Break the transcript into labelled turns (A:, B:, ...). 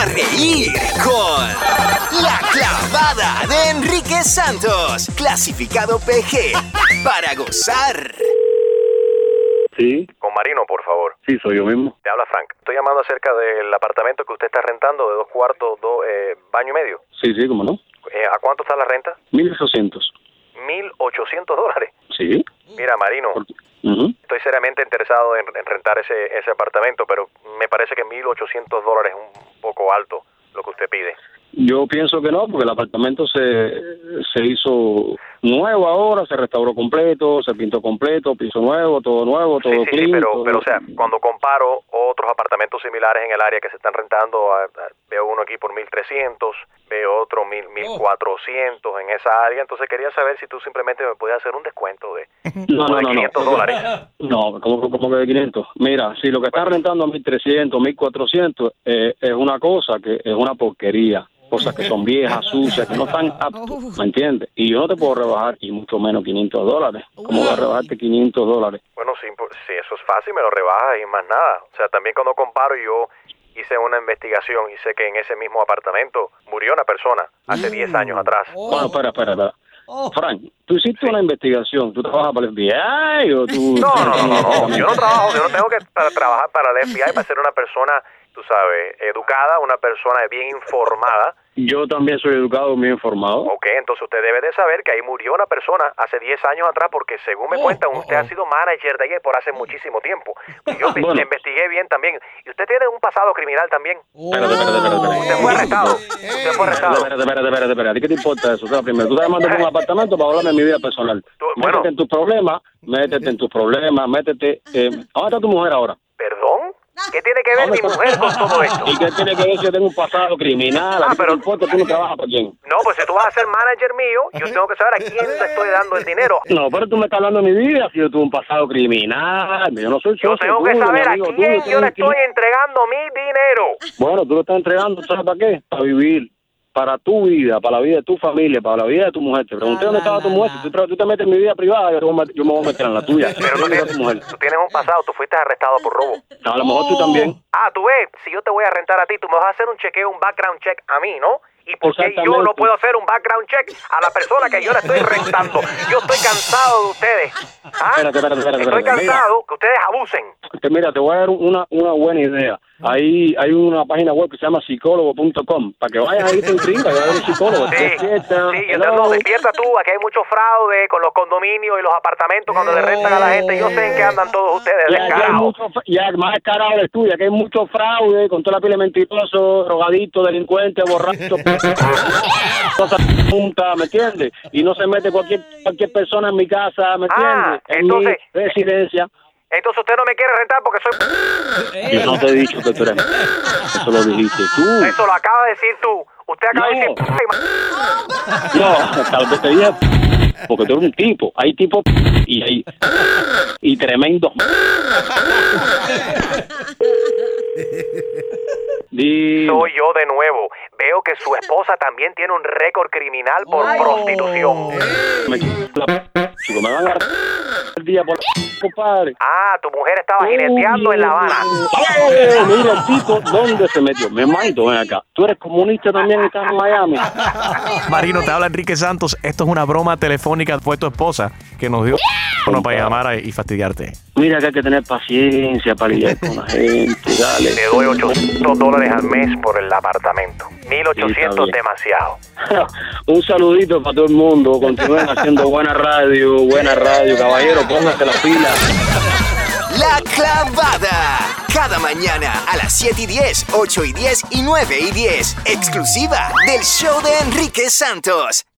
A: A reír con La clavada de Enrique Santos, clasificado PG, para gozar.
B: Sí,
C: Con Marino, por favor.
B: sí, soy yo mismo.
C: Te habla Frank. Estoy llamando acerca del apartamento que usted está rentando de dos cuartos, dos, eh, baño y medio.
B: Sí, sí, cómo no.
C: Eh, ¿A cuánto está la renta?
B: 1800.
C: 1.800 dólares.
B: Sí.
C: Mira, Marino,
B: Por- Ujú.
C: estoy seriamente interesado en, en rentar ese, ese apartamento, pero me parece que 1.800 dólares es un poco alto lo que usted pide.
B: Yo pienso que no, porque el apartamento se, se hizo nuevo ahora, se restauró completo, se pintó completo, piso nuevo, todo nuevo, todo
C: Sí, sí, sí,
B: clean,
C: pero,
B: todo-
C: pero o sea, cuando comparo otros apartamentos similares en el área que se están rentando, a- a- veo uno aquí por 1.300, veo otro 1.000, 1.400 en esa área, entonces quería saber si tú simplemente me podías hacer un descuento de,
B: No,
C: como
B: no,
C: de
B: no,
C: 500
B: no.
C: dólares.
B: No, como, como que de 500. Mira, si lo que estás rentando a 1300, 1400 eh, es una cosa que es una porquería. Cosas que son viejas, sucias, que no están aptas, ¿me entiendes? Y yo no te puedo rebajar, y mucho menos 500 dólares. ¿Cómo voy a rebajarte 500 dólares?
C: Bueno, sí, por- sí, eso es fácil, me lo rebajas y más nada. O sea, también cuando comparo yo hice una investigación y sé que en ese mismo apartamento murió una persona hace 10 años atrás.
B: Bueno, espera, espera, espera. Frank, tú hiciste una investigación, tú trabajas para el FBI o tú...
C: No, no, no, no, no. Yo no trabajo, yo no tengo que tra- trabajar para el FBI para ser una persona, tú sabes, educada, una persona bien informada.
B: Yo también soy educado, bien informado.
C: Ok, entonces usted debe de saber que ahí murió una persona hace 10 años atrás porque según
B: Oh,
C: me cuentan usted ha sido manager de ahí por hace muchísimo tiempo. Y yo
B: Bueno.
C: le investigué bien también. Y usted tiene un pasado criminal también.
B: Espérate, espérate, espérate, espérate.
C: Usted fue arrestado.
B: Oh.
C: Usted fue arrestado.
B: Espérate, espérate, espérate, espérate. ¿Qué te importa eso? O sea, primero, tú estás llamando por un apartamento para hablarme de mi vida personal.
C: Tú- bueno.
B: Métete en tus problemas, métete en tus problemas, métete... Eh, ¿Dónde está tu mujer ahora?
C: ¿Perdón? ¿Qué tiene que ver mi mujer con todo esto?
B: ¿Y qué tiene que ver si yo tengo un pasado criminal? ¿A
C: Ah,
B: ti
C: pero-
B: te importa? ¿Tú no trabajas para quién?
C: No, pues si tú vas a ser manager mío, yo tengo que saber a quién le estoy dando el dinero.
B: No, pero tú me estás hablando de mi vida si yo tuve un pasado criminal. Yo no soy
C: Yo
B: socio
C: tengo que
B: tuyo,
C: saber
B: mi
C: a
B: amigo
C: quién
B: tuyo,
C: yo
B: tienes
C: le
B: que-
C: estoy entregando mi dinero.
B: Bueno, tú lo estás entregando, ¿sabes para qué? Para vivir, para tu vida, para la vida de tu familia, para la vida de tu mujer. Te pregunté dónde estaba tu mujer. Si tú, tra- tú te metes en mi vida privada, yo, te voy a met- yo me voy a meter en la tuya.
C: Pero tú
B: ¿Dónde está
C: tienes,
B: tu mujer?
C: tú tienes un pasado, tú fuiste arrestado por robo.
B: A lo mejor tú también.
C: Ah, tú ves, si yo te voy a rentar a ti, tú me vas a hacer un chequeo, un background check a mí, ¿no? ¿Y por qué yo no
B: Exactamente.
C: puedo hacer un background check a la persona que yo le estoy rentando? Yo estoy cansado de ustedes. ¿Ah?
B: Espérate, espérate, espérate,
C: Estoy
B: espérate. Mira.
C: cansado que ustedes abusen.
B: Te- mira, te voy a dar una, una buena idea. Ahí hay una página web que se llama psicólogo.com. Para que vayas ahí te intrigas, vas a ver un psicólogo.
C: Sí,
B: Pues Despierta,
C: sí, yo te-
B: hello.
C: no, despierta tú, aquí hay mucho fraude con los condominios y los apartamentos cuando le rentan a la gente. Yo sé en qué andan todos ustedes,
B: Ya, ya hay
C: descarados.
B: mucho, fra- ya más caro eres tú, ya que hay mucho fraude con toda la piel de mentiroso, drogadito, delincuente, borracho, cosas juntas, ¿me entiendes? Y no se mete cualquier cualquier persona en mi casa, ¿me
C: Ah,
B: entiendes? En
C: entonces-
B: mi residencia.
C: Entonces usted no me quiere rentar porque soy... Eh.
B: Yo no te he dicho que tú eres. Eso lo dijiste tú.
C: Eso lo acaba de decir tú. Usted acaba de
B: No.
C: decir... "P- y ma-".
B: No, tal vez te dije porque tú eres un tipo. Hay tipos y hay y tremendos. Di-
C: Soy yo de nuevo. Veo que su esposa también tiene un récord criminal por prostitución.
B: me quito la p- chico, me van a dar el día por la p- compadre.
C: Ah, tu mujer estaba jineteando en La Habana.
B: ¡Oh! Mira el tipo, ¿dónde se metió? Me mando, ven acá. Tú eres comunista también y estás en Miami.
D: Marino, te habla Enrique Santos. Esto es una broma telefónica de tu esposa que nos dio bueno, para llamar a- y fastidiarte.
B: Mira que hay que tener paciencia para lidiar con la gente, dale.
C: Le doy 800 dólares al mes por el apartamento. 1800
B: bien.
C: demasiado.
B: Un saludito para todo el mundo. Continúen haciendo buena radio, buena radio. Caballero, póngase la pila.
A: La clavada. Cada mañana a las 7 y 10, 8 y 10 y 9 y 10. Exclusiva del show de Enrique Santos.